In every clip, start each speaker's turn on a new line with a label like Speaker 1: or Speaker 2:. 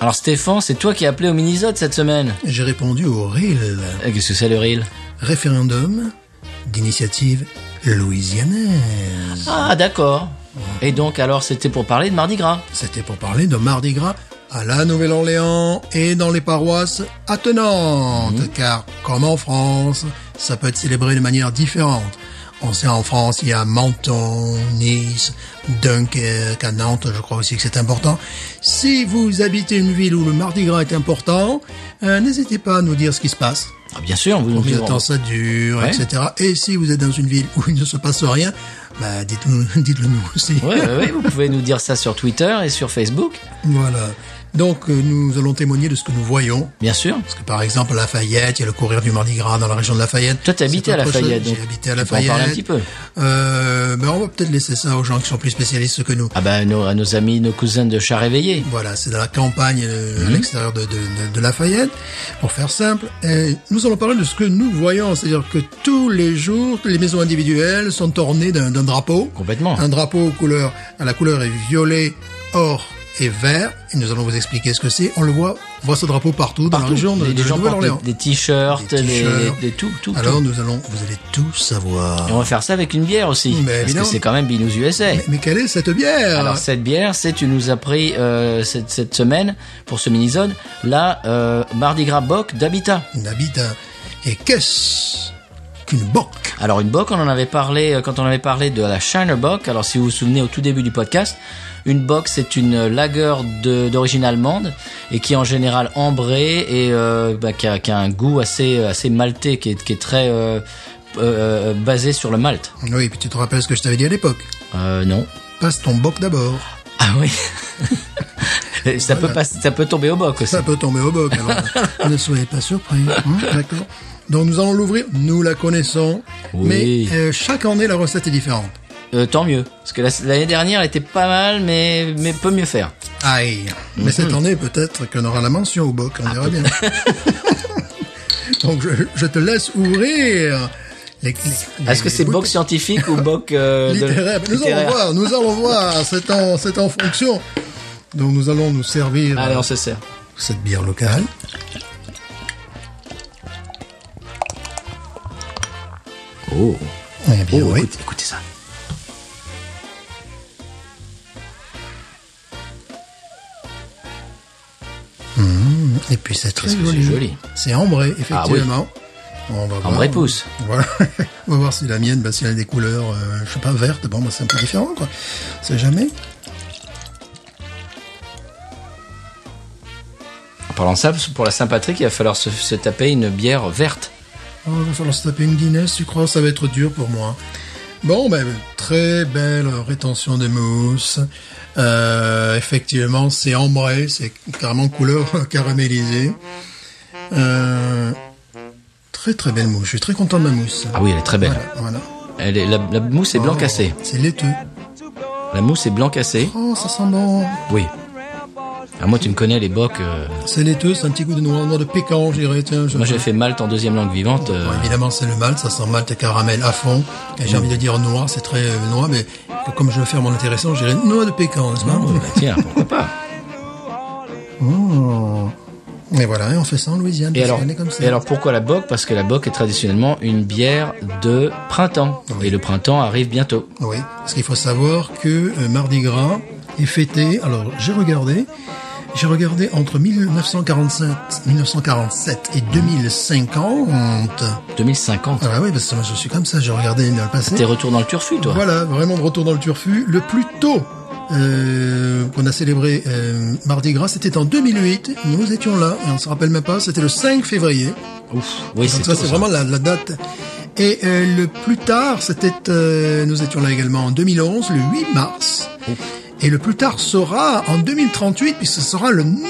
Speaker 1: Alors Stéphane, c'est toi qui as appelé au Minisode cette semaine.
Speaker 2: J'ai répondu au RIL,
Speaker 1: Et Qu'est-ce que c'est le reel
Speaker 2: référendum d'initiative louisianaise.
Speaker 1: Ah d'accord. Et donc alors c'était pour parler de Mardi Gras.
Speaker 2: C'était pour parler de Mardi Gras à la Nouvelle-Orléans et dans les paroisses attenantes, car comme en France, ça peut être célébré de manière différente. On sait en France, il y a Menton, Nice, Dunkerque, à Nantes, je crois aussi que c'est important. Si vous habitez une ville où le Mardi Gras est important, euh, n'hésitez pas à nous dire ce qui se passe.
Speaker 1: Ah bien sûr, vous
Speaker 2: combien de temps ça dure,
Speaker 1: Ouais.
Speaker 2: etc. Et si vous êtes dans une ville où il ne se passe rien, bah dites-nous- dites-le nous aussi.
Speaker 1: Ouais, ouais, ouais, vous pouvez nous dire ça sur Twitter et sur Facebook,
Speaker 2: Voilà. Donc euh, nous allons témoigner de ce que nous voyons.
Speaker 1: bien sûr.
Speaker 2: Parce que par exemple, à Lafayette, il y a le courir du Mardi Gras dans la région de Lafayette.
Speaker 1: Toi, t'habitais
Speaker 2: C'est
Speaker 1: à
Speaker 2: autre chose.
Speaker 1: Lafayette, donc
Speaker 2: J'ai habité
Speaker 1: tu
Speaker 2: à
Speaker 1: peux en
Speaker 2: Lafayette.
Speaker 1: parler un petit peu.
Speaker 2: Euh, ben, on va peut-être laisser ça aux gens qui sont plus spécialistes que nous.
Speaker 1: Ah bah nos, à nos amis, nos cousins de chat réveillé.
Speaker 2: Voilà, c'est dans la campagne euh,
Speaker 1: Mhm.
Speaker 2: à l'extérieur de, de, de, de Lafayette. Pour faire simple, et nous allons parler de ce que nous voyons, c'est-à-dire que tous les jours, les maisons individuelles sont ornées d'un d'un drapeau.
Speaker 1: Complètement.
Speaker 2: Un drapeau aux couleurs, à la couleur est violet, or et vert. Et nous allons vous expliquer ce que c'est. On le voit, on voit ce drapeau partout, dans la
Speaker 1: Partout.
Speaker 2: région de,
Speaker 1: les,
Speaker 2: de
Speaker 1: les gens portent
Speaker 2: Nouvelle-Orléans.
Speaker 1: des, des t-shirts,
Speaker 2: Des
Speaker 1: des,
Speaker 2: t-shirts.
Speaker 1: des- tout, tout, tout.
Speaker 2: Alors nous allons, vous allez tout
Speaker 1: Et
Speaker 2: savoir.
Speaker 1: on va faire ça avec une bière aussi,
Speaker 2: Mais
Speaker 1: parce
Speaker 2: évidemment.
Speaker 1: que c'est quand même Binous USA.
Speaker 2: Mais quelle est cette bière
Speaker 1: Alors cette bière, c'est tu nous as pris euh, cette, cette semaine pour ce mini-zone la euh, Mardi Gras Bock d'Habitat.
Speaker 2: On habite un- Et qu'est-ce qu'une banque
Speaker 1: Alors une bock, on en avait parlé euh, quand on avait parlé de la Shiner Bock. Alors si vous vous souvenez au tout début du podcast, une bock c'est une euh, lager de- d'origine allemande et qui est en général ambrée et euh, bah, qui, a, qui a un goût assez euh, assez maltais, qui est, qui est très euh, euh, basé sur le malt.
Speaker 2: Oui, puis tu te rappelles ce que je t'avais dit à l'époque.
Speaker 1: Euh, non.
Speaker 2: Passe ton boc d'abord.
Speaker 1: Ah oui. Et ça peut pas, ça peut tomber au bock aussi.
Speaker 2: Ça peut tomber au boc, alors. ne soyez pas surpris. hein, D'accord Donc nous allons l'ouvrir. Nous la connaissons.
Speaker 1: Oui.
Speaker 2: Mais euh, chaque année, la recette est différente.
Speaker 1: Euh, tant mieux, parce que la- l'année dernière elle était pas mal, mais mais peut mieux faire.
Speaker 2: Aïe. Mais cette
Speaker 1: Mhm.
Speaker 2: année, peut-être qu'on aura la mention au boc. On verra bien. Donc je, je te laisse ouvrir. les- les-
Speaker 1: Est-ce que
Speaker 2: les
Speaker 1: c'est bock
Speaker 2: bouteilles.
Speaker 1: scientifique ou bock euh, de-
Speaker 2: littéraire. Nous
Speaker 1: littéraire
Speaker 2: allons voir, nous allons voir, c'est en, c'est en fonction. Donc nous allons nous servir
Speaker 1: Allez,
Speaker 2: euh,
Speaker 1: on se sert.
Speaker 2: cette bière locale.
Speaker 1: Oh,
Speaker 2: Eh bien, oui.
Speaker 1: écoutez, écoutez ça.
Speaker 2: Et puis c'est très
Speaker 1: que c'est
Speaker 2: joli.
Speaker 1: joli. Ah
Speaker 2: C'est ambré, effectivement. On va voir.
Speaker 1: Ambré pousse.
Speaker 2: Voilà. on va voir si la mienne, bah, si elle a des couleurs, euh, je sais pas, vertes, bon, bah, c'est un peu différent, quoi. On sait jamais.
Speaker 1: En parlant de ça, pour la Saint-Patrick, il va falloir se, se taper une bière verte.
Speaker 2: Oh, il va falloir se taper une Guinness, tu crois, ça va être dur pour moi. Bon, ben, très belle rétention de mousse. Euh, effectivement, c'est ambré, c'est carrément couleur caramélisée. Euh, très très belle mousse, je suis très content de ma mousse.
Speaker 1: Ah oui, elle est très belle.
Speaker 2: Voilà, voilà.
Speaker 1: Elle est, la, la mousse est blanc cassé.
Speaker 2: Oh, C'est laiteux.
Speaker 1: La mousse est blanc cassé.
Speaker 2: Oh, ça sent bon.
Speaker 1: Oui. Ah, moi, tu me connais, les bocs. euh,
Speaker 2: C'est laiteux, c'est un petit goût de noix, noix de pécan, je dirais. Tiens, je-
Speaker 1: Moi, j'ai fait Malte en deuxième langue vivante. euh,
Speaker 2: Bon, évidemment, c'est le malt, ça sent malt et caramel à fond. Et
Speaker 1: Mm.
Speaker 2: j'ai envie de dire noir, c'est très euh, noir, mais comme je veux faire mon intéressant, je dirais noix de pécan, n'est-ce pas
Speaker 1: bah, tiens, pourquoi pas.
Speaker 2: Et voilà, et on fait ça en Louisiane,
Speaker 1: Et
Speaker 2: parce
Speaker 1: alors,
Speaker 2: qu'on est comme ça.
Speaker 1: et alors, pourquoi la boc Parce que la boc est traditionnellement une bière de printemps. Et le printemps arrive bientôt.
Speaker 2: Oui, parce qu'il faut savoir que euh, Mardi Gras est fêté, alors j'ai regardé, j'ai regardé entre 1947, 1947 et 2050.
Speaker 1: 2050.
Speaker 2: Ah bah oui, parce que moi je suis comme ça, j'ai regardé dans le passé.
Speaker 1: T'es retour dans le turfu, toi
Speaker 2: Voilà, vraiment de retour dans le turfu. Le plus tôt euh, qu'on a célébré euh, Mardi Gras, c'était en 2008. Nous étions là, et on se rappelle même pas, c'était le 5 février.
Speaker 1: Ouf. Oui,
Speaker 2: Donc
Speaker 1: c'est
Speaker 2: ça,
Speaker 1: tout,
Speaker 2: c'est
Speaker 1: ça.
Speaker 2: vraiment la, la date. Et euh, le plus tard, c'était, euh, nous étions là également en 2011, le 8 mars. Et le plus tard sera en 2038, puis ce sera le 9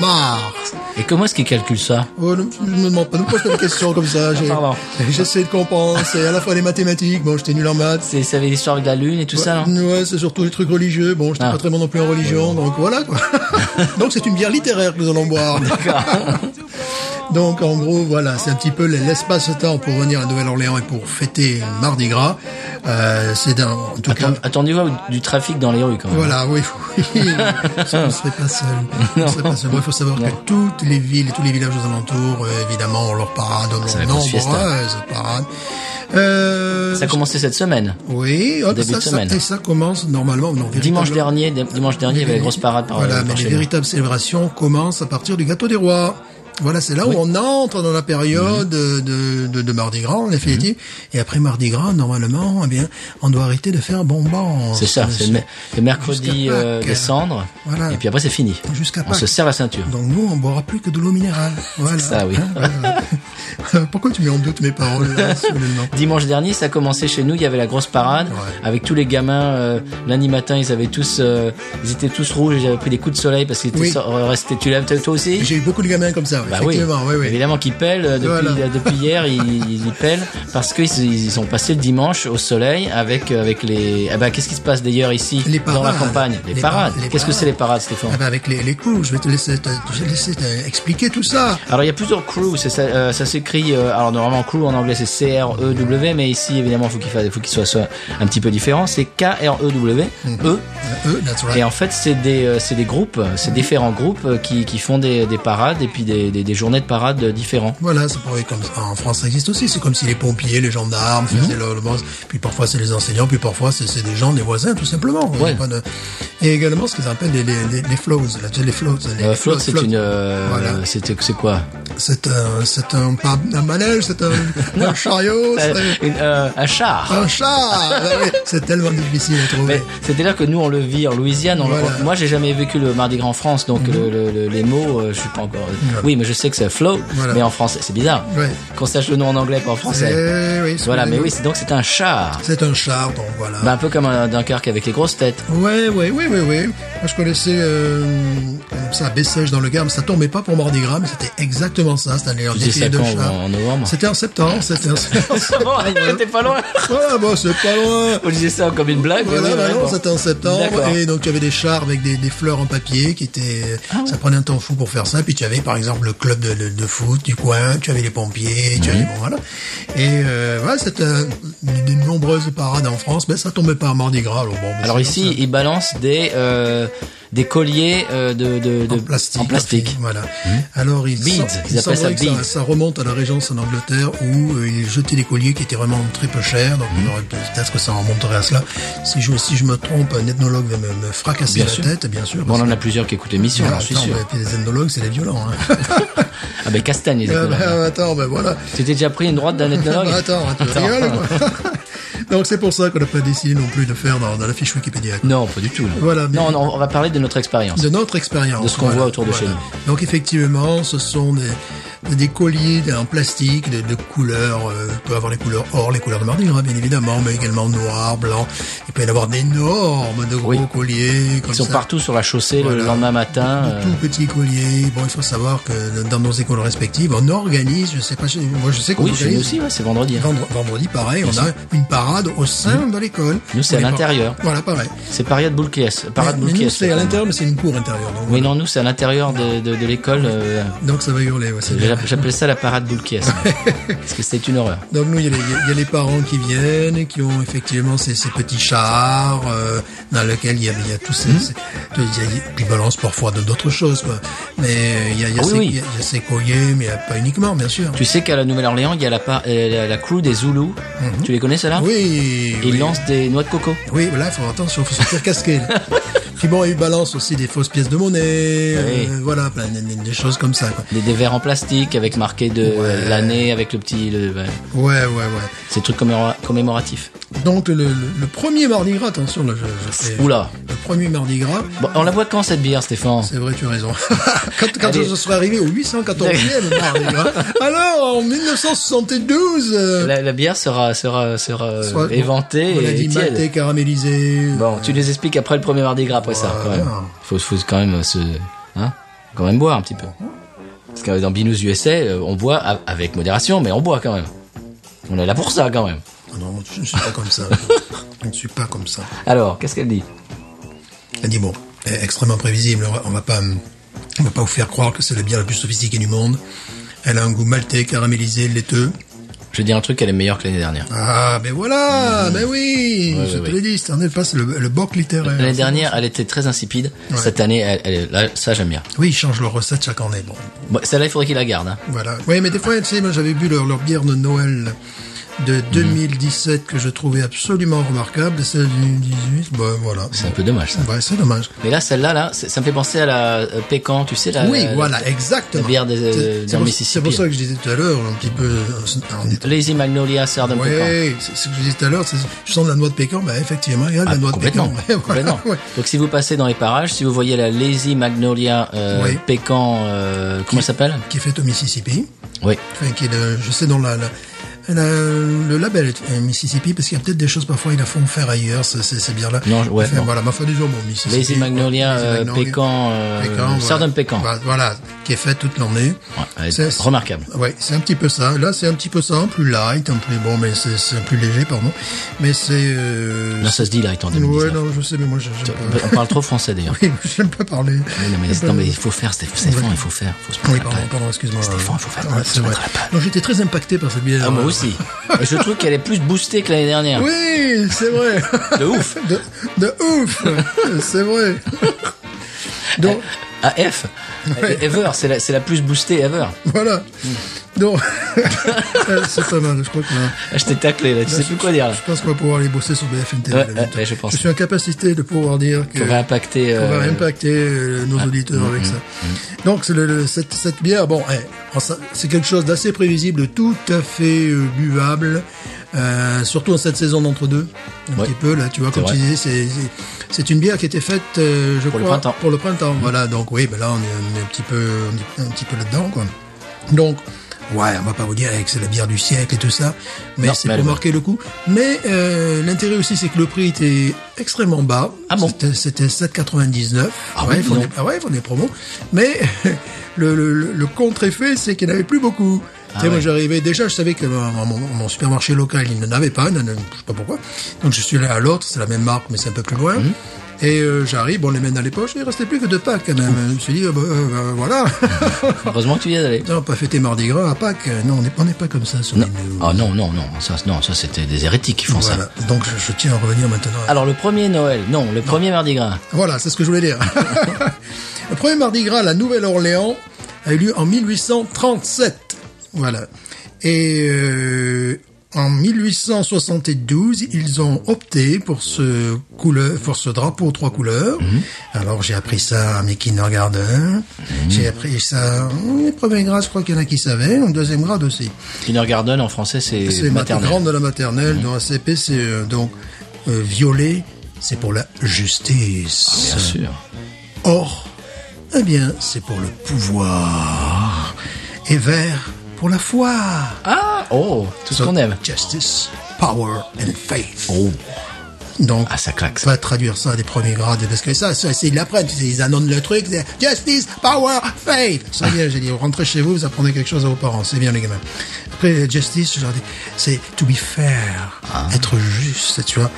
Speaker 2: mars.
Speaker 1: Et comment est-ce qu'ils calculent ça
Speaker 2: Oh, ne ne me demande pas, ne me pose pas de questions comme ça. j'ai-
Speaker 1: Ah, Pardon.
Speaker 2: J'essaie de comprendre, c'est à la fois les mathématiques, bon, j'étais nul en maths,
Speaker 1: C'est, ça avait l'histoire avec la lune et tout ça, non
Speaker 2: Ouais, c'est surtout des trucs religieux. Bon, je suis
Speaker 1: Ah.
Speaker 2: pas très bon non plus en religion, donc voilà quoi. donc c'est une bière littéraire que nous allons boire. Donc en gros, voilà, c'est un petit peu l'espace-temps pour venir à Nouvelle-Orléans et pour fêter Mardi Gras. Euh, c'est d'un- en tout cas...
Speaker 1: Attendez-vous à du trafic dans les rues quand même.
Speaker 2: Voilà, oui, oui. Ça, on ne serait pas seul. On ne serait pas seul. Il faut savoir que toutes les villes et tous les villages aux alentours, euh, évidemment, ont leur parade,
Speaker 1: va
Speaker 2: ont leur
Speaker 1: être une fiesta.
Speaker 2: nombreuse parade. Euh,
Speaker 1: Ça a commencé cette semaine.
Speaker 2: oui, hop,
Speaker 1: début
Speaker 2: ça,
Speaker 1: de
Speaker 2: ça-
Speaker 1: semaine.
Speaker 2: et ça commence normalement. Non,
Speaker 1: Dimanche
Speaker 2: véritablement-
Speaker 1: dernier, dimanche dernier, il y avait la grosse parade par
Speaker 2: Voilà,
Speaker 1: par
Speaker 2: mais
Speaker 1: chez
Speaker 2: les
Speaker 1: nous.
Speaker 2: véritables célébrations commencent à partir du gâteau des rois. Voilà, c'est là où on entre dans la période de, de, de Mardi Gras, en définitive. Et après Mardi Gras, normalement, eh bien, on doit arrêter de faire bonbon.
Speaker 1: C'est ça, c'est le, mer- le mercredi
Speaker 2: Jusqu'à
Speaker 1: euh,
Speaker 2: Pâques.
Speaker 1: des cendres.
Speaker 2: Voilà.
Speaker 1: Et puis après, c'est fini.
Speaker 2: Jusqu'à
Speaker 1: On se
Speaker 2: Pâques.
Speaker 1: serre la ceinture.
Speaker 2: Donc nous, on boira plus que de l'eau minérale. Voilà.
Speaker 1: ça, oui.
Speaker 2: Hein, voilà. Pourquoi tu mets en doute mes paroles là, absolument
Speaker 1: Dimanche dernier, ça a commencé chez nous. Il y avait la grosse parade
Speaker 2: Ouais.
Speaker 1: avec tous les gamins. euh, lundi matin, ils avaient tous, euh, ils étaient tous rouges. et J'avais pris des coups de soleil parce qu'ils étaient
Speaker 2: Oui.
Speaker 1: so- restés. Tu l'as toi aussi
Speaker 2: J'ai eu beaucoup de gamins comme ça, ouais,
Speaker 1: Bah oui,
Speaker 2: effectivement. Oui, oui.
Speaker 1: évidemment qu'ils pèlent euh, depuis,
Speaker 2: Voilà.
Speaker 1: euh, depuis hier, ils, ils pèlent parce qu'ils ils ont passé le dimanche au soleil avec euh, avec les. Ah bah qu'est-ce qui se passe d'ailleurs ici
Speaker 2: Les
Speaker 1: dans la
Speaker 2: parades.
Speaker 1: campagne Les,
Speaker 2: Les
Speaker 1: parades.
Speaker 2: par- les
Speaker 1: Qu'est-ce que
Speaker 2: parades.
Speaker 1: c'est les parades, Stéphane
Speaker 2: Ah ben, avec les, les coups, je vais te laisser, te, je vais te laisser te expliquer tout ça.
Speaker 1: Alors il y a plusieurs crews, c'est ça, euh, ça s'écrit, euh, alors normalement crew en anglais c'est C-R-E-W, mais ici évidemment faut qu'il fasse, faut qu'il soit, soit un petit peu différent, c'est K-R-E-W,
Speaker 2: Hmm.
Speaker 1: E,
Speaker 2: Euh, Eux, that's right.
Speaker 1: et en fait c'est des, euh, c'est des groupes, c'est différents groupes euh, qui, qui font des, des parades et puis des, des, des journées de parades euh, différents.
Speaker 2: Voilà, ça pourrait être comme ça. En France, ça existe aussi. C'est comme si les pompiers, les gendarmes faisaient
Speaker 1: Mhm.
Speaker 2: le, le boss. Puis parfois, c'est les enseignants. Puis parfois, c'est c'est des gens, des voisins, tout simplement. Il y a
Speaker 1: Ouais.
Speaker 2: pas de- Et également, ce qu'ils appellent les, les, les, les flows. là, tu sais, Les flows. les-
Speaker 1: Euh,
Speaker 2: les
Speaker 1: float, c'est
Speaker 2: floats.
Speaker 1: une, euh,
Speaker 2: Voilà.
Speaker 1: c'était, c'est quoi
Speaker 2: C'est un, c'est un, pas un manège, c'est un, un chariot,
Speaker 1: Euh,
Speaker 2: c'est
Speaker 1: une, euh, Un char.
Speaker 2: un char. Ah oui, c'est tellement difficile à trouver.
Speaker 1: Mais c'est-à-dire que nous on le vit en Louisiane. on-
Speaker 2: Voilà. Mhm.
Speaker 1: on- moi j'ai jamais vécu le Mardi Gras en France, donc le- le- le- les mots, euh, je suis pas encore. Oui, mais je sais que c'est flow,
Speaker 2: Voilà.
Speaker 1: mais en français c'est bizarre.
Speaker 2: Ouais.
Speaker 1: Qu'on sache le nom en anglais pas en français.
Speaker 2: Eh oui,
Speaker 1: Voilà, mais
Speaker 2: excusez-nous.
Speaker 1: oui, c'est- donc c'est un char.
Speaker 2: C'est un char, donc voilà.
Speaker 1: Bah, un peu comme un Dunkerque avec les grosses têtes.
Speaker 2: Ouais, ouais, ouais, ouais, ouais. Moi, je connaissais euh, comme ça Bessèges dans le Gard, mais ça tombait pas pour Mardi Gras, mais c'était exactement ça. C'était un
Speaker 1: dis ça
Speaker 2: défilé de
Speaker 1: quand,
Speaker 2: chars.
Speaker 1: en- en novembre
Speaker 2: C'était en septembre. C'était en septembre.
Speaker 1: Bon, t'es pas loin.
Speaker 2: ouais, bon, c'est pas loin.
Speaker 1: On disait ça comme une blague. mais
Speaker 2: Voilà,
Speaker 1: oui,
Speaker 2: bah
Speaker 1: ouais,
Speaker 2: non,
Speaker 1: bon.
Speaker 2: c'était en septembre
Speaker 1: D'accord.
Speaker 2: et donc tu avais des chars avec des, des fleurs en papier qui étaient,
Speaker 1: Ah
Speaker 2: ça prenait un temps fou pour faire ça. Puis tu avais par exemple le club de, de- de foot du coin, tu avais les pompiers, tu
Speaker 1: Mhm.
Speaker 2: avais bon voilà. Et euh, voilà, c'était euh, des nombreuses parades en France, mais ça tombait pas à Mardi Gras. Alors, bon, bah,
Speaker 1: Alors
Speaker 2: c'est
Speaker 1: ici, ils balancent des euh, des colliers euh, de, de, de
Speaker 2: En plastique.
Speaker 1: en plastique. Mmh.
Speaker 2: Voilà. Alors, il,
Speaker 1: Beads,
Speaker 2: sem-
Speaker 1: ils
Speaker 2: il
Speaker 1: appellent ça
Speaker 2: semblerait que
Speaker 1: beads.
Speaker 2: ça, ça remonte à la Régence en Angleterre où euh, ils jetaient des colliers qui étaient vraiment très peu chers. Donc,
Speaker 1: Mmh.
Speaker 2: on aurait- peut-être que ça remonterait à cela. Si je, si je me trompe, un ethnologue va me, me fracasser
Speaker 1: Bien
Speaker 2: la
Speaker 1: sûr.
Speaker 2: tête, bien sûr.
Speaker 1: Bon,
Speaker 2: parce
Speaker 1: on en
Speaker 2: que-
Speaker 1: a plusieurs qui écoutent l'émission,
Speaker 2: Ah,
Speaker 1: j'en suis
Speaker 2: attends,
Speaker 1: sûr.
Speaker 2: mais puis les ethnologues, c'est les violents. Hein.
Speaker 1: Ah ben Castagne, les
Speaker 2: Ah,
Speaker 1: ethnologues.
Speaker 2: bah, attends, ben voilà.
Speaker 1: Tu t'es déjà pris une droite d'un ethnologue
Speaker 2: Bah, attends, tu
Speaker 1: Attends.
Speaker 2: rigoles, quoi. Donc, c'est pour ça qu'on n'a pas décidé non plus de faire dans, dans la fiche Wikipédia.
Speaker 1: Non, pas du tout. là.
Speaker 2: Voilà, mais-
Speaker 1: Non, non, on va parler de notre expérience.
Speaker 2: de notre expérience.
Speaker 1: De ce qu'on voit autour de chez
Speaker 2: Donc effectivement, ce sont des, des colliers en plastique de, de couleurs, euh, il peut avoir les couleurs or, les couleurs de Mardi Gras bien évidemment, mais également noir, blanc. Il peut y en avoir d'énormes, de gros
Speaker 1: Oui.
Speaker 2: colliers comme
Speaker 1: Ils sont
Speaker 2: ça.
Speaker 1: partout sur la chaussée le
Speaker 2: Voilà.
Speaker 1: lendemain matin.
Speaker 2: De
Speaker 1: euh,
Speaker 2: tout petits colliers. Bon, il faut savoir que dans nos écoles respectives, on organise, je sais pas, chez- moi je sais qu'on
Speaker 1: Oui, chez
Speaker 2: organise.
Speaker 1: nous aussi, ouais, c'est vendredi. hein.
Speaker 2: Vendre- Vendredi, pareil, on a une parade au sein de l'école.
Speaker 1: Nous, c'est
Speaker 2: On
Speaker 1: à
Speaker 2: est par-
Speaker 1: l'intérieur.
Speaker 2: Voilà, pareil.
Speaker 1: C'est Parade Boulkies. Parade
Speaker 2: Mais- mais
Speaker 1: Boulkies,
Speaker 2: nous, c'est à l'intérieur, mais c'est une cour intérieure. Donc,
Speaker 1: euh, Oui, non, nous, c'est à l'intérieur de, de- de l'école. euh,
Speaker 2: donc ça va hurler. ouais, c'est bien.
Speaker 1: j'a- J'appelle ça la parade Boulkies. parce que c'est une horreur.
Speaker 2: Donc nous, il y, a les- il y a les parents qui viennent, et qui ont effectivement ces, ces petits chars euh, dans lesquels il y a, il y a tous
Speaker 1: Hmm.
Speaker 2: ces... ces- il y a- puis ils balancent parfois de- d'autres choses, quoi. Mais euh, il y a, il y a
Speaker 1: Ah oui,
Speaker 2: ces,
Speaker 1: oui.
Speaker 2: il y a- il y a ces colliers, mais euh, pas uniquement, bien sûr.
Speaker 1: Tu sais qu'à la Nouvelle-Orléans, il y a la, par- euh, la, la crew des Zoulous. Tu les connais, ceux-là
Speaker 2: Mhm. Oui,
Speaker 1: Ils
Speaker 2: oui.
Speaker 1: lancent des noix de coco.
Speaker 2: Oui, voilà, il faut attention, il faut se faire casquer. là. puis bon, ils balancent aussi des fausses pièces de monnaie,
Speaker 1: Oui.
Speaker 2: euh, voilà, plein de- de- des choses comme ça, quoi.
Speaker 1: Des, des verres en plastique avec marqué de
Speaker 2: Ouais.
Speaker 1: l'année, avec le petit. le- ouais.
Speaker 2: Ouais, ouais, ouais.
Speaker 1: C'est des trucs commémora- commémoratifs.
Speaker 2: Donc le, le, le premier Mardi Gras, attention, là, je, je fais-
Speaker 1: Oula.
Speaker 2: Le premier Mardi Gras,
Speaker 1: Bon, on la voit quand cette bière, Stéphane
Speaker 2: C'est vrai, tu as raison. quand quand
Speaker 1: Allez.
Speaker 2: je serai arrivé au 814e, Mardi Gras, alors en 1972, euh,
Speaker 1: La, la bière sera, sera, sera euh,
Speaker 2: soit-
Speaker 1: éventée
Speaker 2: on a
Speaker 1: et
Speaker 2: dit
Speaker 1: tiède.
Speaker 2: maltais caramélisé.
Speaker 1: Bon, tu les expliques après le premier Mardi Gras, après ça.
Speaker 2: Voilà.
Speaker 1: quand même. Faut, faut quand même se, hein, quand même boire un petit peu. Parce que dans Binous USA, euh, on boit a- avec modération, mais on boit quand même. On est là pour ça quand même.
Speaker 2: Ah Non, je ne suis pas comme ça. je ne suis pas comme ça.
Speaker 1: Alors, qu'est-ce qu'elle dit
Speaker 2: Elle dit bon, euh, extrêmement prévisible. On va- On va pas, hum, on va pas vous faire croire que c'est la bière la plus sophistiquée du monde. Elle a un goût maltais, caramélisé, laiteux.
Speaker 1: Je vais dire un truc, elle est meilleure que l'année dernière.
Speaker 2: Ah, ben voilà, ben oui,
Speaker 1: Hmm. Ouais, ouais,
Speaker 2: je te
Speaker 1: ouais.
Speaker 2: l'ai dit, c'est en effet le, le boc littéraire.
Speaker 1: L'année dernière, elle était très insipide.
Speaker 2: Ouais.
Speaker 1: Cette année, elle, elle est- là, ça j'aime bien.
Speaker 2: Oui, ils changent leur recette chaque année, bon.
Speaker 1: Bon, Celle-là, il faudrait qu'il la garde. hein.
Speaker 2: Voilà. Oui, mais des fois, tu sais, moi j'avais bu leur, leur bière de Noël
Speaker 1: Mm.
Speaker 2: de 2017 que je trouvais absolument remarquable, et celle de 2018, ben voilà.
Speaker 1: C'est un peu dommage ça.
Speaker 2: Ouais, c'est dommage.
Speaker 1: Mais là, celle-là, là, c'est- ça me fait penser à la euh, Pécan, tu sais, la,
Speaker 2: oui,
Speaker 1: la-
Speaker 2: voilà, exactement.
Speaker 1: la bière des-
Speaker 2: C'est-
Speaker 1: euh,
Speaker 2: c'est
Speaker 1: dans
Speaker 2: pour-
Speaker 1: Mississippi.
Speaker 2: C'est pour ça que je disais tout à l'heure, un petit peu... euh, en étant-
Speaker 1: Lazy Magnolia sert d'un Pécan.
Speaker 2: Ouais, c'est ce que je disais tout à l'heure, c'est- je sens de la noix de pécan, bah effectivement, il y a de la
Speaker 1: Ah,
Speaker 2: noix de
Speaker 1: complètement.
Speaker 2: pécan. Ouais, voilà,
Speaker 1: complètement.
Speaker 2: ouais.
Speaker 1: Donc si vous passez dans les parages, si vous voyez la Lazy Magnolia euh,
Speaker 2: Oui.
Speaker 1: Pécan, euh, comment elle s'appelle
Speaker 2: Qui est faite au Mississippi.
Speaker 1: Oui.
Speaker 2: Enfin, qui est le- je sais dans la, la- la- le label est- est Mississippi parce qu'il y a peut-être des choses parfois ils la font faire ailleurs ces, ces, ces bières là.
Speaker 1: Non, ouais, non.
Speaker 2: Voilà, ma foi des hommes Mississippi.
Speaker 1: Lazy Magnolia,
Speaker 2: Lazy
Speaker 1: euh,
Speaker 2: Magnolia,
Speaker 1: Pécan, euh,
Speaker 2: voilà.
Speaker 1: Southern Pécan.
Speaker 2: Bah, voilà, qui est faite toute l'année.
Speaker 1: Ouais, elle est
Speaker 2: C'est- c'est-
Speaker 1: remarquable.
Speaker 2: Ouais, c'est un petit peu ça. Là, c'est un petit peu ça, un plus light, un plus bon, mais c'est c'est un plus léger, pardon. Mais c'est. Euh,
Speaker 1: Là, ça se dit là, étant en
Speaker 2: ouais,
Speaker 1: 2019.
Speaker 2: non, je sais, mais moi, je- j'aime
Speaker 1: On parle trop français d'ailleurs.
Speaker 2: pas. J'aime pas parler.
Speaker 1: Oui, Eh, non, mais,
Speaker 2: J'aime pas-
Speaker 1: non, mais il faut faire, Stéph- Stéphane, il faut faire. Faut se mettre
Speaker 2: Oui,
Speaker 1: à la
Speaker 2: pardon,
Speaker 1: page.
Speaker 2: pardon, excuse-moi.
Speaker 1: Stéphane, faut faire.
Speaker 2: Ouais,
Speaker 1: faut se
Speaker 2: c'est vrai.
Speaker 1: mettre à la page.
Speaker 2: Non, j'étais très impacté par cette bière.
Speaker 1: Ah, moi
Speaker 2: Euh,
Speaker 1: aussi. Et je trouve qu'elle est plus boostée que l'année dernière.
Speaker 2: Oui, c'est vrai.
Speaker 1: De ouf.
Speaker 2: De, de ouf. c'est vrai. Donc,
Speaker 1: À F. Eh, Ever, c'est la, c'est la plus boostée ever.
Speaker 2: voilà. Donc, euh, c'est pas mal. Je crois que là,
Speaker 1: Là, Ah, Je t'ai taclé, là, tu sais plus quoi dire. là.
Speaker 2: Bah, je pense qu'on va pouvoir aller bosser sur BFM TV.
Speaker 1: Ouais,
Speaker 2: là,
Speaker 1: ouais,
Speaker 2: vite.
Speaker 1: ouais, je pense.
Speaker 2: suis en capacité de pouvoir dire que.
Speaker 1: On va impacter.
Speaker 2: On va
Speaker 1: euh, ah, mm,
Speaker 2: impacter euh, nos auditeurs avec ça. Donc c'est le, le- cette, cette bière, bon, eh, en ça- c'est quelque chose d'assez prévisible, tout à fait euh, buvable, euh, surtout en cette saison d'entre deux, un
Speaker 1: Ouais.
Speaker 2: petit peu là, tu vois, comme
Speaker 1: C'est
Speaker 2: tu disais, c'est- c'est- c'est une bière qui était faite, euh, je
Speaker 1: Pour le
Speaker 2: crois,
Speaker 1: printemps. Mm.
Speaker 2: pour le printemps. Voilà, donc oui, ben là on est, on est un petit peu, on est un petit peu là-dedans, quoi. Donc. Ouais, on va pas vous dire eh, que c'est la bière du siècle et tout ça, mais
Speaker 1: Non,
Speaker 2: c'est
Speaker 1: mais
Speaker 2: pour
Speaker 1: elle-
Speaker 2: marquer le coup. Mais euh, l'intérêt aussi, c'est que le prix était extrêmement bas.
Speaker 1: Ah bon
Speaker 2: C'était- C'était 7,99.
Speaker 1: Ah
Speaker 2: ouais,
Speaker 1: oui,
Speaker 2: ils font
Speaker 1: dis
Speaker 2: des,
Speaker 1: donc.
Speaker 2: ah ouais, ils font des promos. Mais le, le- le- le contre-effet, c'est qu'il n'y en avait plus beaucoup. tu sais, moi,
Speaker 1: Ah ouais.
Speaker 2: j'arrivais déjà, je savais que mon, mon- mon supermarché local, il n'en avait pas, il n'en avait- je sais pas pourquoi. Donc, je suis allé à l'autre, c'est la même marque, mais c'est un peu plus loin.
Speaker 1: Mhm.
Speaker 2: Et euh, j'arrive, on les mène dans les poches, et il restait plus que deux packs quand même. Je me suis dit, ah bah, euh, bah, voilà,
Speaker 1: Heureusement que tu y es allé.
Speaker 2: Putain, on pas fêter Mardi Gras à Pâques. Non, on n'est on n'est pas comme ça sur
Speaker 1: Non.
Speaker 2: les-
Speaker 1: Ah non, non, non. Ça, non, ça c'était des hérétiques qui font ça.
Speaker 2: Voilà. Donc, je, je tiens à revenir maintenant. à-
Speaker 1: Alors, le premier Noël, non, le premier Mardi Gras.
Speaker 2: Voilà, c'est ce que je voulais dire. le premier Mardi Gras à la Nouvelle-Orléans a eu lieu en 1837. Voilà. Et euh, en 1872, ils ont opté pour ce couleur, pour ce drapeau aux trois couleurs. Alors j'ai appris ça à mes kindergarten. J'ai appris ça. Les premiers grades, je crois qu'il y en a qui savaient. En deuxième grade aussi.
Speaker 1: Kindergarten en français, c'est
Speaker 2: C'est la
Speaker 1: maternelle.
Speaker 2: grande de la maternelle, dans la CP, c'est euh, donc euh, violet, c'est pour la justice.
Speaker 1: Bien sûr.
Speaker 2: Or, eh bien, c'est pour le pouvoir. Et vert, pour la foi.
Speaker 1: Ah, oh, tout ce qu'on aime.
Speaker 2: Justice, power and faith.
Speaker 1: Oh,
Speaker 2: Donc,
Speaker 1: ah, ça claque.
Speaker 2: on
Speaker 1: ça.
Speaker 2: va traduire ça à des premiers grades, parce que ça, ça, c'est- ils l'apprennent, ils annonnent le truc, c'est justice, power, faith. C'est bien, j'ai dit, rentrez chez vous, vous apprenez quelque chose à vos parents, c'est bien les gamins. Après, justice, je leur dis, c'est to be fair,
Speaker 1: Ah.
Speaker 2: être juste, tu vois.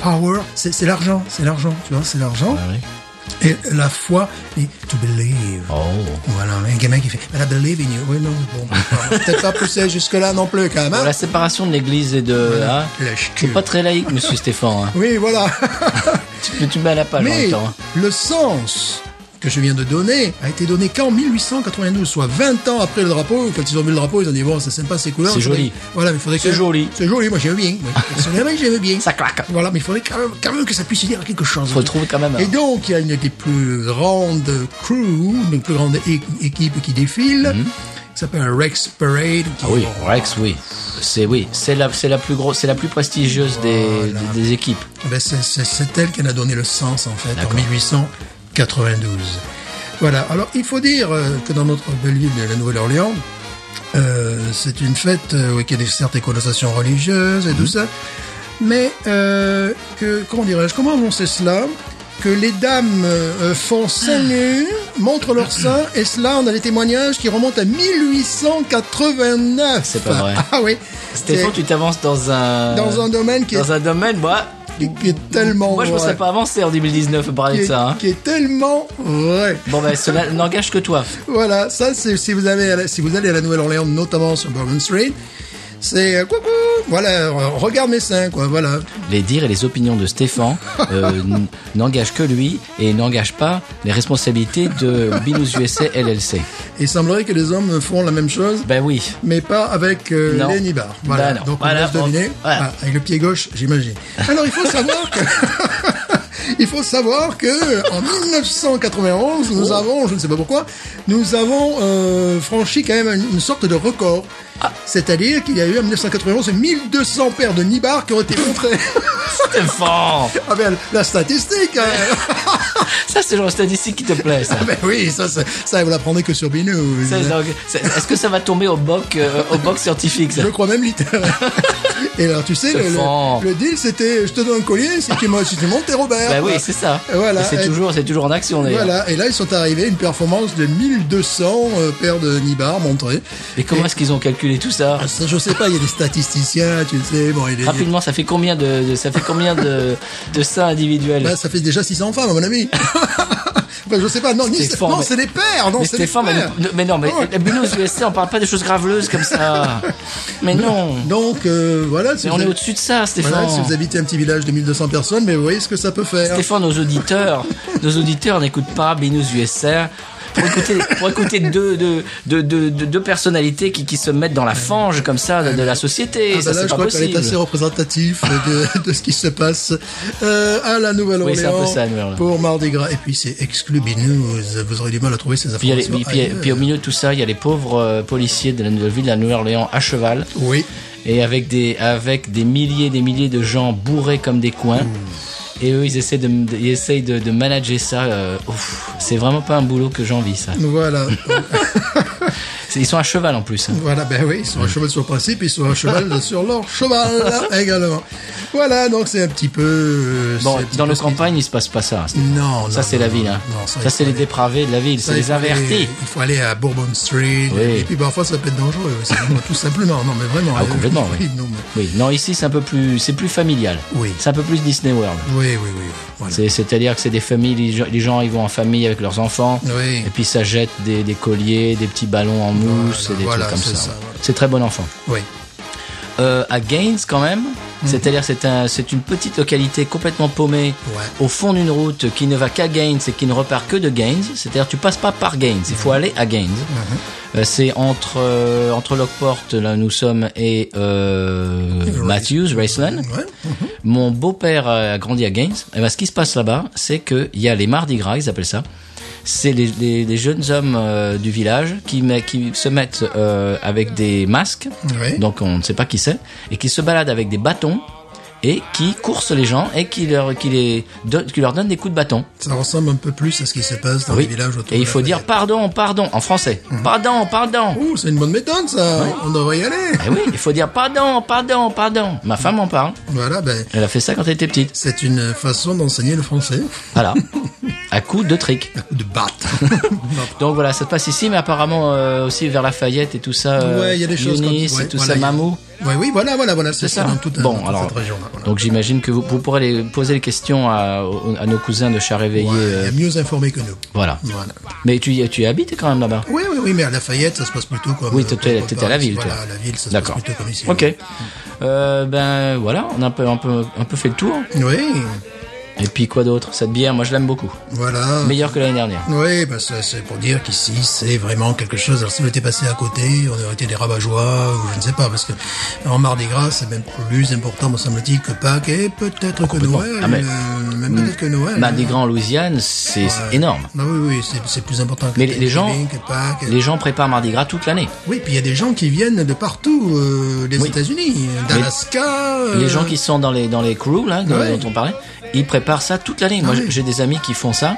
Speaker 2: Power, c'est c'est l'argent, c'est l'argent, tu vois, c'est l'argent.
Speaker 1: Ah oui.
Speaker 2: Et la foi, et to believe.
Speaker 1: Oh.
Speaker 2: Voilà, un gamin qui fait, but I believe in you. Oui, non, bon, peut-être pas poussé jusque-là non plus, quand même,
Speaker 1: Pour
Speaker 2: hein.
Speaker 1: la séparation de l'église et de. hein,
Speaker 2: Lâche
Speaker 1: c'est
Speaker 2: cul.
Speaker 1: pas très laïque, monsieur Stéphane. hein.
Speaker 2: Oui, voilà.
Speaker 1: Tu, mais tu mets à la page en
Speaker 2: Mais
Speaker 1: même temps. hein.
Speaker 2: le sens que je viens de donner a été donné qu'en 1892, soit 20 ans après le drapeau. Quand ils ont vu le drapeau, ils ont dit bon, c'est sympa ces couleurs.
Speaker 1: C'est
Speaker 2: Faudrait-
Speaker 1: joli.
Speaker 2: Voilà, mais faudrait que
Speaker 1: C'est joli.
Speaker 2: C'est joli. Moi, j'aime bien. Moi, Personnellement, j'aime bien.
Speaker 1: Ça claque.
Speaker 2: Voilà, mais il faudrait quand même, quand même que ça puisse dire quelque chose.
Speaker 1: Faut le trouver quand même, hein.
Speaker 2: Et donc, il y a une des plus grandes crews, une plus grande é- équipe qui défile. qui s'appelle Rex Parade.
Speaker 1: Mhm.
Speaker 2: qui-
Speaker 1: Ah oui, Rex, oui. C'est oui, c'est la, c'est la plus grosse, c'est la plus prestigieuse des, des, des équipes.
Speaker 2: Ben, c'est- c'est c'est elle qui en a donné le sens, en fait, en
Speaker 1: D'accord.
Speaker 2: 1892. Voilà. Alors, il faut dire euh, que dans notre belle ville de la Nouvelle-Orléans, euh, c'est une fête euh, ouais, qui a des, certes des connotations
Speaker 1: Mhm.
Speaker 2: religieuses et tout ça, mais euh, que, comment dirais-je, comment annoncer cela que les dames euh,
Speaker 1: Ah.
Speaker 2: font seins nus, montrent leurs seins, et cela, on a des témoignages qui remontent à 1889.
Speaker 1: C'est pas vrai.
Speaker 2: Ah oui.
Speaker 1: Stéphane,
Speaker 2: C'est
Speaker 1: tu t'avances dans un.
Speaker 2: Dans un domaine qui est,
Speaker 1: Dans un domaine, moi.
Speaker 2: qui qui est tellement
Speaker 1: Moi, je me
Speaker 2: vrai.
Speaker 1: serais pas avancé en 2019 pour parler
Speaker 2: qui
Speaker 1: de
Speaker 2: est,
Speaker 1: ça. hein.
Speaker 2: qui est tellement vrai.
Speaker 1: Bon, ben, cela n'engage que toi.
Speaker 2: Voilà, ça c'est si vous avez à la- si vous allez à la Nouvelle-Orléans, notamment sur Bourbon Street, c'est euh, coucou, voilà, re- regarde mes seins quoi, voilà.
Speaker 1: Les dires et les opinions de Stéphane euh, n- n'engagent que lui et n'engagent pas les responsabilités de Binous USA LLC.
Speaker 2: Il semblerait que les hommes font la même chose,
Speaker 1: Ben oui.
Speaker 2: mais pas avec euh,
Speaker 1: Non.
Speaker 2: les nibards. Voilà.
Speaker 1: Bah non.
Speaker 2: Donc on
Speaker 1: Voilà,
Speaker 2: laisse
Speaker 1: on-
Speaker 2: deviner
Speaker 1: voilà.
Speaker 2: Ah, avec le pied gauche, j'imagine. Alors il faut savoir que il faut savoir que en 1991, nous
Speaker 1: Oh.
Speaker 2: avons, je ne sais pas pourquoi, nous avons euh, franchi quand même une, une sorte de record.
Speaker 1: Ah.
Speaker 2: C'est-à-dire qu'il y a eu en 1991 1200 paires de nibards qui ont été montrées.
Speaker 1: Stéphane
Speaker 2: Ah ben, la statistique hein.
Speaker 1: Ça, c'est le genre de statistique qui te plaît, ça.
Speaker 2: Ah ben oui, ça, ça, ça, vous l'apprendez que sur Binous.
Speaker 1: Ça, donc, c'est- Est-ce que ça va tomber au boc, euh, au boc scientifique ça
Speaker 2: Je crois même littéraire. Et alors, tu sais, le,
Speaker 1: fort.
Speaker 2: le- le deal, c'était je te donne un collier si tu, me- si tu montes tes Robert.
Speaker 1: Ben oui, c'est ça.
Speaker 2: Et voilà.
Speaker 1: Et C'est
Speaker 2: Et-
Speaker 1: toujours, c'est toujours en action, d'ailleurs.
Speaker 2: Voilà, et là, ils sont arrivés à une performance de 1200 euh, paires de Nibar montrées.
Speaker 1: Mais comment est-ce qu'ils ont calculé tout ça
Speaker 2: Ah, ça, je sais pas, il y a des statisticiens, tu sais, bon, il est.
Speaker 1: Rapidement, ça fait combien de, de- ça fait combien de, de seins individuels
Speaker 2: Bah, ça fait déjà 600 femmes, à mon ami. Enfin, je sais pas, non, ni-
Speaker 1: C'était fort,
Speaker 2: non,
Speaker 1: mais-
Speaker 2: c'est les paires, non,
Speaker 1: Mais
Speaker 2: c'est les
Speaker 1: Stéphane, mais,
Speaker 2: paires.
Speaker 1: mais non, mais
Speaker 2: Ouais.
Speaker 1: la Binous USA, on parle pas des choses graveleuses comme ça. Mais non.
Speaker 2: Donc, euh, voilà, si
Speaker 1: Mais
Speaker 2: vous
Speaker 1: on est
Speaker 2: avez-
Speaker 1: au-dessus de ça, Stéphane.
Speaker 2: voilà, si vous habitez un petit village de 1200 personnes, mais vous voyez ce que ça peut faire.
Speaker 1: Stéphane, nos auditeurs, nos auditeurs n'écoutent pas Binous USA. Pour écouter, pour écouter deux, deux, deux, deux, deux- deux personnalités qui, qui se mettent dans la fange comme ça de, de la société,
Speaker 2: Ah
Speaker 1: ça
Speaker 2: bah là,
Speaker 1: c'est
Speaker 2: je
Speaker 1: pas
Speaker 2: crois qu'elle est
Speaker 1: possible.
Speaker 2: assez représentatif de, de ce qui se passe euh, à
Speaker 1: Oui,
Speaker 2: la
Speaker 1: c'est un peu
Speaker 2: Nouvelle-Orléans
Speaker 1: ça, la Nouvelle-Orléans.
Speaker 2: pour Mardi Gras. Et puis c'est exclu Binous. Vous aurez du mal à trouver ces
Speaker 1: Puis, il y a les-
Speaker 2: informations. Ah, euh,
Speaker 1: puis- puis-
Speaker 2: ailleurs.
Speaker 1: puis au milieu de tout ça, il y a les pauvres euh, policiers de la nouvelle ville de la Nouvelle-Orléans à cheval.
Speaker 2: Oui,
Speaker 1: et avec des avec des milliers des milliers de gens bourrés comme des coins. Et eux, ils essaient de, de- ils essayent de, de manager ça. euh, ouf, c'est vraiment pas un boulot que j'envie, ça.
Speaker 2: voilà.
Speaker 1: C'est- Ils sont à cheval en plus. hein.
Speaker 2: voilà, ben oui, ils sont à cheval sur le principe, ils sont à cheval sur leur cheval également. Voilà, donc c'est un petit peu. euh,
Speaker 1: Bon,
Speaker 2: c'est un petit
Speaker 1: dans
Speaker 2: peu
Speaker 1: nos
Speaker 2: ce qui-
Speaker 1: campagnes, il se passe pas ça. Stéphane.
Speaker 2: Non, non.
Speaker 1: ça, c'est
Speaker 2: non,
Speaker 1: la ville.
Speaker 2: non,
Speaker 1: hein.
Speaker 2: non,
Speaker 1: ça,
Speaker 2: il
Speaker 1: c'est
Speaker 2: faut
Speaker 1: les
Speaker 2: aller-
Speaker 1: dépravés de la ville. C'est
Speaker 2: Ça, il
Speaker 1: les
Speaker 2: faut aller-
Speaker 1: avertis.
Speaker 2: Il faut aller à Bourbon Street.
Speaker 1: Oui.
Speaker 2: Et puis parfois ça peut être dangereux aussi. Non, tout simplement. Non, mais vraiment.
Speaker 1: Ah,
Speaker 2: euh,
Speaker 1: complètement, oui.
Speaker 2: non, mais-
Speaker 1: Oui. Non, ici, c'est un peu plus, c'est plus familial.
Speaker 2: Oui.
Speaker 1: C'est un peu plus Disney World.
Speaker 2: oui, oui, oui, oui. Voilà.
Speaker 1: C'est- C'est-à-dire que c'est des familles, les gens, les gens, ils vont en famille avec leurs enfants.
Speaker 2: Oui.
Speaker 1: Et puis ça jette des, des colliers, des petits ballons en mousse et des
Speaker 2: voilà,
Speaker 1: trucs comme
Speaker 2: c'est
Speaker 1: ça.
Speaker 2: ça, voilà.
Speaker 1: C'est très bon enfant.
Speaker 2: Oui.
Speaker 1: Euh, à Gaines quand même, c'est-à-dire c'est un, c'est une petite localité complètement paumée
Speaker 2: Ouais.
Speaker 1: au fond d'une route qui ne va qu'à Gaines et qui ne repart que de Gaines. C'est-à-dire tu passes pas par Gaines, il faut aller à Gaines. Euh, c'est entre euh, entre Lockport là nous sommes et euh, Matthews, Raceland.
Speaker 2: Ouais.
Speaker 1: Mon beau-père euh, a grandi à Gaines. Et ben, ce qui se passe là-bas, c'est qu'il y a les Mardi Gras, ils appellent ça. C'est les, les- les jeunes hommes euh, du village qui, met- qui se mettent euh, avec des masques,
Speaker 2: Oui.
Speaker 1: donc on ne sait pas qui c'est, et qui se baladent avec des bâtons et qui coursent les gens et qui leur, qui les don- qui leur donnent des coups de bâton.
Speaker 2: Ça ressemble un peu plus à ce qui se passe dans les villages autour
Speaker 1: et
Speaker 2: de
Speaker 1: il
Speaker 2: la Mhm.
Speaker 1: faut dire
Speaker 2: planète.
Speaker 1: pardon, pardon en français. Pardon, pardon.
Speaker 2: Ouh, c'est une bonne méthode, ça. On devrait y aller.
Speaker 1: Eh oui, il faut dire pardon, pardon, pardon. Ma femme en parle.
Speaker 2: Voilà, ben,
Speaker 1: Elle a fait ça quand elle était petite.
Speaker 2: c'est une façon d'enseigner le français.
Speaker 1: Voilà. À coup de trick.
Speaker 2: De battre.
Speaker 1: Donc voilà, ça se passe ici, mais apparemment euh, aussi vers Lafayette et tout ça. euh,
Speaker 2: ouais, il y a des choses comme
Speaker 1: Tunis
Speaker 2: ouais,
Speaker 1: et tout
Speaker 2: voilà,
Speaker 1: ça,
Speaker 2: il y a-
Speaker 1: Mamou.
Speaker 2: Ouais, oui, voilà, voilà, voilà, c'est ça. Dans toute, dans
Speaker 1: bon,
Speaker 2: toute
Speaker 1: alors.
Speaker 2: cette région-là. voilà.
Speaker 1: Donc j'imagine que vous, vous pourrez les poser les questions à, aux- à nos cousins de chats réveillés.
Speaker 2: Ouais,
Speaker 1: euh,
Speaker 2: Il y a mieux informé que nous.
Speaker 1: voilà.
Speaker 2: Voilà.
Speaker 1: Mais tu, y- tu y habites quand même là-bas.
Speaker 2: Oui, oui, oui, mais à Lafayette, ça se passe plutôt comme.
Speaker 1: Oui,
Speaker 2: euh,
Speaker 1: t'étais-
Speaker 2: comme
Speaker 1: t'étais
Speaker 2: Paris.
Speaker 1: à la ville,
Speaker 2: Voilà,
Speaker 1: toi.
Speaker 2: à la ville, ça se passe
Speaker 1: D'accord.
Speaker 2: plutôt comme ici.
Speaker 1: Ok. Euh, ben voilà, on a un peu, un peu, un peu fait le tour.
Speaker 2: Oui,
Speaker 1: Et puis quoi d'autre Cette bière, moi je l'aime beaucoup.
Speaker 2: voilà.
Speaker 1: Meilleure que l'année dernière.
Speaker 2: Oui, bah ça, c'est pour dire qu'ici c'est vraiment quelque chose. Alors si on était passé à côté, on aurait été des rabat-joie ou je ne sais pas, parce que en Mardi Gras c'est même plus important, me semble-t-il, que Pâques et peut-être que Noël,
Speaker 1: Ah, mais-
Speaker 2: euh, même peut-être que Noël.
Speaker 1: Mardi Gras en Louisiane, c'est c'est
Speaker 2: Ouais.
Speaker 1: énorme.
Speaker 2: Ah oui, oui, c'est, c'est plus important que
Speaker 1: Mais les- les gens-
Speaker 2: Thanksgiving, que Pâques.
Speaker 1: Les gens préparent Mardi Gras toute l'année.
Speaker 2: Oui, puis il y a des gens qui viennent de partout, euh, des
Speaker 1: Oui.
Speaker 2: États-Unis, d'Alaska.
Speaker 1: Les
Speaker 2: euh,
Speaker 1: gens qui sont dans les dans les crews là dont,
Speaker 2: Ouais.
Speaker 1: dont on parlait, ils préparent ça toute l'année. Moi,
Speaker 2: Ah
Speaker 1: j'ai-
Speaker 2: oui.
Speaker 1: j'ai des amis qui font ça.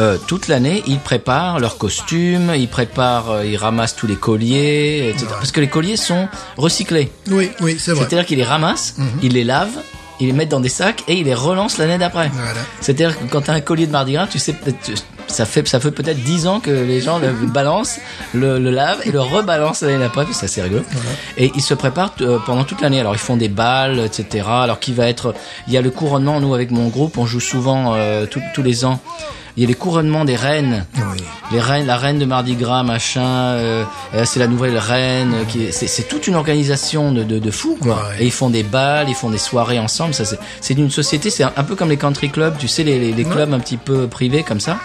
Speaker 1: euh, toute l'année, ils préparent leurs costumes, ils préparent, euh, ils ramassent tous les colliers, etc.
Speaker 2: Ouais.
Speaker 1: Parce que les colliers sont recyclés.
Speaker 2: Oui, oui, c'est vrai. Mhm.
Speaker 1: C'est-à-dire qu'ils les ramassent, ils les lavent, ils les mettent dans des sacs et ils les relancent l'année d'après.
Speaker 2: Voilà.
Speaker 1: C'est-à-dire que quand t'as un collier de Mardi Gras, tu sais peut-être, tu- ça fait, ça fait peut-être 10 ans que les gens le balancent, le, le lavent et le rebalancent l'année d'après, puis c'est assez rigolo. Et ils se préparent euh, pendant toute l'année. Alors ils font des balles, etc. Alors qui va être, il y a le couronnement, nous avec mon groupe, on joue souvent euh, tout- tous les ans. Il y a les couronnements des reines.
Speaker 2: Oui.
Speaker 1: Les reines, la reine de Mardi Gras, machin, euh, euh, c'est la nouvelle reine. euh, qui est- c'est, c'est toute une organisation de, de, de fous, quoi.
Speaker 2: Ouais.
Speaker 1: Et ils font des balles, ils font des soirées ensemble. Ça, c'est, c'est une société, c'est un, un peu comme les country clubs, tu sais, les, les, les clubs un petit peu privés comme ça.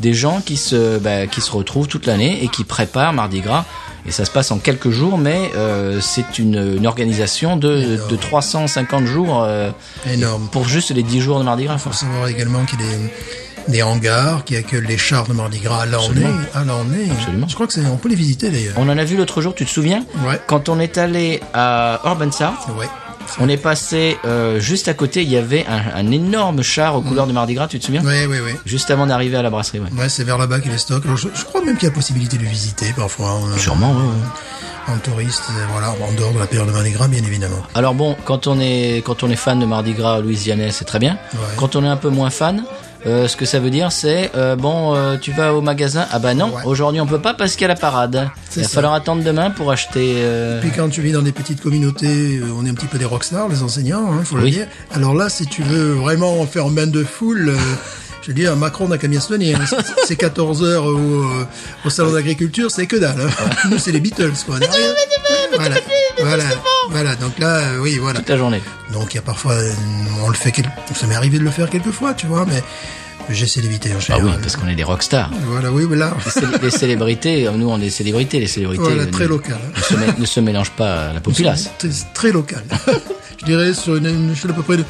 Speaker 1: Des gens qui se, bah, qui se retrouvent toute l'année et qui préparent Mardi Gras. Et ça se passe en quelques jours, mais euh, c'est une, une organisation de, de 350 jours euh,
Speaker 2: Énorme.
Speaker 1: pour juste les 10 jours de Mardi Gras.
Speaker 2: Faut savoir également qu'il y a des, des hangars qui accueillent les chars de Mardi Gras à l'emmener.
Speaker 1: Absolument.
Speaker 2: À l'emmener.
Speaker 1: Absolument.
Speaker 2: Je crois que c'est, on peut les visiter d'ailleurs.
Speaker 1: On en a vu l'autre jour, tu te souviens
Speaker 2: Ouais.
Speaker 1: Quand on est allé à Urban South,
Speaker 2: Ouais.
Speaker 1: On est passé euh, juste à côté, il y avait un, un énorme char aux couleurs de Mardi Gras, tu te souviens
Speaker 2: Ouais, Mm. ouais, ouais.
Speaker 1: Juste avant d'arriver à la brasserie, ouais.
Speaker 2: Ouais, c'est vers là-bas qu'il est stock. Alors, je, je crois même qu'il y a possibilité de le visiter parfois en,
Speaker 1: Sûrement, ouais, ouais.
Speaker 2: en touriste, euh, voilà, en dehors de la période de Mardi Gras, bien évidemment.
Speaker 1: Alors bon, quand on est quand on est fan de Mardi Gras louisianais, c'est très bien.
Speaker 2: Ouais.
Speaker 1: Quand on est un peu moins fan, euh, ce que ça veut dire, c'est euh, bon, euh, tu vas au magasin, ah bah non,
Speaker 2: Ouais.
Speaker 1: aujourd'hui on peut pas parce qu'il y a la parade.
Speaker 2: C'est
Speaker 1: Il va
Speaker 2: ça.
Speaker 1: falloir attendre demain pour acheter. euh,
Speaker 2: Puis quand tu vis dans des petites communautés, euh, on est un petit peu des rockstars, les enseignants, hein, faut le
Speaker 1: Oui.
Speaker 2: dire. Alors là, si tu veux vraiment faire main de foule, euh, je veux dire, Macron n'a qu'à bien se tenir. hein. C'est- C'est 14 heures au, euh, au salon d'agriculture, c'est que dalle. hein. Nous, c'est les Beatles, quoi. Derrière. Voilà, voilà, voilà. Donc là, euh, oui, voilà.
Speaker 1: toute la journée.
Speaker 2: Donc il y a parfois, euh, on le fait, quel- ça m'est arrivé de le faire quelques fois, tu vois, mais j'essaie d'éviter en
Speaker 1: Ah
Speaker 2: général.
Speaker 1: oui, parce qu'on est des rockstars.
Speaker 2: Voilà, oui, mais là,
Speaker 1: Célé- les célébrités, euh, nous on est des célébrités, les célébrités
Speaker 2: voilà,
Speaker 1: euh,
Speaker 2: très
Speaker 1: ne-
Speaker 2: local. hein.
Speaker 1: ne se mé- ne se mélangent pas à la populace.
Speaker 2: Très, très local. Je dirais sur une, une échelle à peu près de,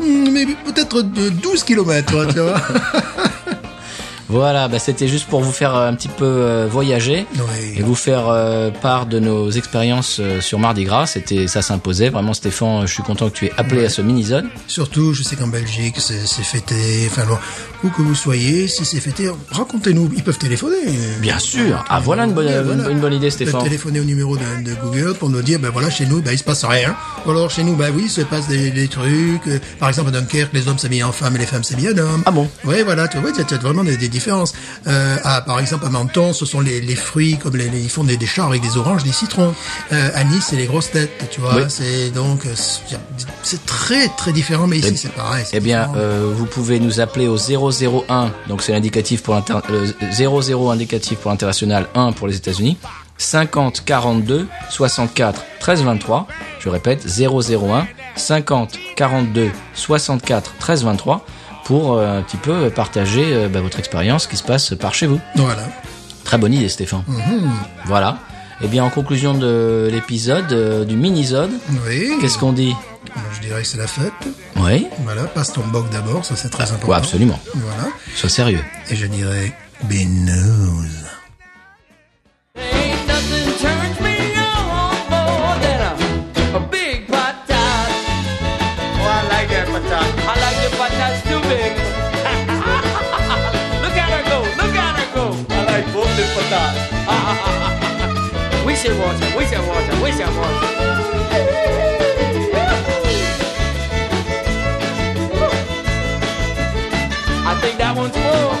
Speaker 2: hmm, mais peut-être de 12 kilomètres, hein, tu vois.
Speaker 1: Voilà, bah, c'était juste pour vous faire euh, un petit peu euh, voyager
Speaker 2: Oui.
Speaker 1: et vous faire euh, part de nos expériences euh, sur Mardi Gras. C'était, ça s'imposait vraiment, Stéphane. euh, Je suis content que tu aies appelé à ce mini zone.
Speaker 2: Surtout, je sais qu'en Belgique, c'est c'est fêté, enfin, bon, où que vous soyez, si c'est fêté, racontez-nous, ils peuvent téléphoner.
Speaker 1: Bien sûr. Ah, voilà une bonne- une bonne idée, Stéphane.
Speaker 2: Ils peuvent téléphoner au numéro de, de Google pour nous dire, ben voilà, chez nous, ben il se passe rien. Ou alors, chez nous, ben oui, il se passe des, des trucs. euh, Par exemple, à Dunkerque, les hommes s'habillent en femmes et les femmes s'habillent en hommes.
Speaker 1: Ah bon
Speaker 2: Oui, voilà, tu vois, il y a- il y a vraiment des, des différences. Euh, ah, par exemple, à Menton, ce sont les, les fruits, comme les, les- ils font des, des chars avec des oranges, des citrons. Euh, à Nice, c'est les grosses têtes, tu vois.
Speaker 1: Oui.
Speaker 2: C'est donc, euh, c'est- c'est très, très différent, mais ici, c'est pareil. c'est
Speaker 1: Eh bien,
Speaker 2: différent.
Speaker 1: euh, vous pouvez nous appeler au 001. Donc c'est l'indicatif pour l'inter, le 00 indicatif pour l'international, 1 pour les États-Unis. 50 42 64 13 23. Je répète 001 50 42 64 13 23 pour euh, un petit peu partager euh, bah, votre expérience qui se passe par chez vous.
Speaker 2: Voilà.
Speaker 1: Très bonne idée, Stéphane.
Speaker 2: Mm-hmm.
Speaker 1: Voilà. Eh bien, en conclusion de l'épisode, euh, du mini-zode,
Speaker 2: Oui.
Speaker 1: qu'est-ce qu'on dit
Speaker 2: Je dirais que c'est la fête.
Speaker 1: Oui.
Speaker 2: Voilà, passe ton boc d'abord, ça c'est très important.
Speaker 1: Ah, Ouais, absolument.
Speaker 2: Voilà.
Speaker 1: Sois sérieux.
Speaker 2: Et je dirais, binouze.
Speaker 3: Ain't nothing turns me on more than a, a big patat. Oh, I like that patat. I like the patats too big. look at her go, look at her go. I like both the patats. we should watch her, we should watch her, we should watch her. I think that one's full.